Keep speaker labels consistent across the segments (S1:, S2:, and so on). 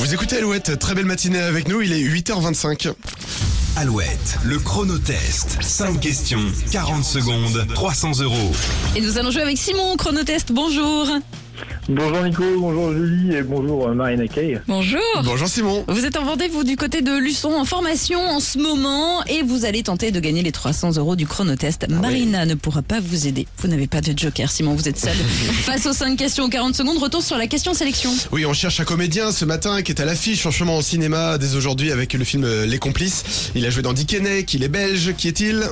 S1: Vous écoutez Alouette, très belle matinée avec nous, il est 8h25.
S2: Alouette, le chronotest. 5 questions, 40 secondes, 300 euros.
S3: Et nous allons jouer avec Simon au chronotest. Bonjour.
S4: Bonjour Nico, bonjour Julie et bonjour euh, Marina Kay.
S3: Bonjour.
S1: Bonjour Simon.
S3: Vous êtes en Vendée, vous, du côté de Luçon, en formation en ce moment, et vous allez tenter de gagner les 300 euros du chronotest. Marina ne pourra pas vous aider. Vous n'avez pas de joker, Simon, vous êtes seul. Face aux 5 questions aux 40 secondes, retour sur la question sélection.
S1: Oui, on cherche un comédien ce matin qui est à l'affiche en chemin au cinéma dès aujourd'hui avec le film euh, Les Complices. Il a joué dans Dickeneck, il est belge, qui est-il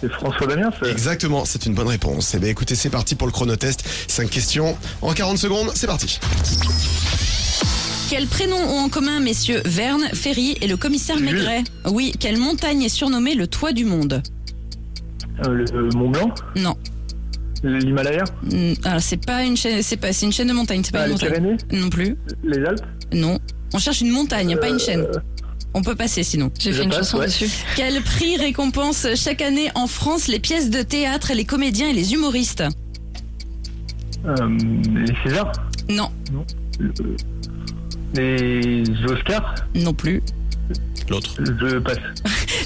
S4: C'est François Damiens. euh,
S1: Exactement, c'est une bonne réponse. Eh bien écoutez, c'est parti pour le chronotest. 5 questions en 40 secondes, c'est parti.
S3: Quels prénoms ont en commun messieurs Verne, Ferry et le commissaire
S1: Jules.
S3: Maigret Oui, quelle montagne est surnommée le toit du monde
S4: euh, le euh, Mont Blanc,
S3: Non.
S4: l'Himalaya,
S3: Hmm, Alors, c'est pas une chaîne, c'est pas, c'est une chaîne de montagne, c'est pas
S4: ah,
S3: une
S4: les
S3: montagne.
S4: Pyrénées,
S3: Non plus.
S4: les Alpes.
S3: Non. On cherche une montagne, pas une chaîne. On peut passer sinon.
S5: J'ai
S4: Euh. Je
S5: fait une
S4: passe,
S5: chanson
S4: ouais.
S5: dessus.
S3: Quel prix récompense chaque année en France les pièces de théâtre, les comédiens et les humoristes
S4: euh, les Césars,
S3: Non,
S4: euh, les Oscars,
S3: non plus.
S1: L'autre.
S4: je passe.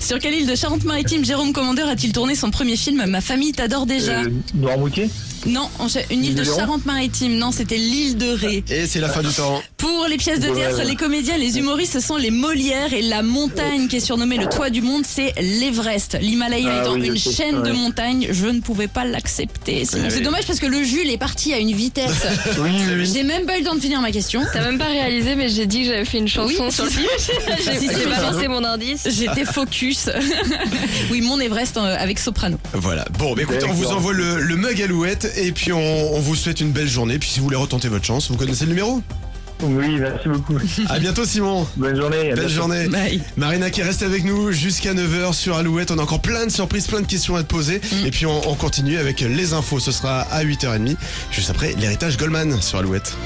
S3: Sur quelle île de Charente-Maritime Jérôme Commandeur a-t-il tourné son premier film Ma famille t'adore déjà
S4: Euh, Noirmoutier,
S3: Non, on cher- une île
S4: l'île
S3: de
S4: de Léron
S3: Charente-Maritime. Non, c'était l'île de Ré.
S1: Et c'est la fin du temps.
S3: Pour les pièces de
S4: Ouais,
S3: théâtre,
S4: ouais.
S3: les comédiens, les humoristes, ce sont les Molières et la montagne qui est surnommée le toit du monde, c'est l'Everest. L'Himalaya
S4: Ah
S3: étant
S4: oui, je
S3: une
S4: sais,
S3: chaîne de
S4: ouais.
S3: montagne, je ne pouvais pas l'accepter. Sinon,
S1: Ouais,
S3: c'est
S1: oui.
S3: dommage parce que le Jules est parti à une vitesse.
S4: oui, oui, oui.
S3: J'ai même pas eu le temps de finir ma question.
S5: T'as même pas réalisé, mais j'ai dit que j'avais fait une chanson
S3: Oui,
S5: sur le
S3: si,
S5: film.
S3: Si, si,
S5: J'ai
S3: si,
S5: j'ai
S3: pardon.
S5: balancé mon indice.
S3: J'étais focus. oui, mon Everest euh, avec Soprano.
S1: Voilà. Bon, bah écoutez, on vous
S4: D'accord.
S1: envoie le, le mug Alouette et puis on, on vous souhaite une belle journée. Puis si vous voulez retenter votre chance, vous connaissez le numéro.
S4: Oui, merci beaucoup.
S1: À bientôt Simon.
S4: Bonne journée. à
S1: Belle
S4: bientôt.
S1: journée.
S3: Bye.
S1: Marina qui reste avec nous jusqu'à 9h sur Alouette. On a encore plein de surprises, plein de questions à te poser. Et puis on, on continue avec les infos. Ce sera à 8h30, juste après l'héritage Goldman sur Alouette.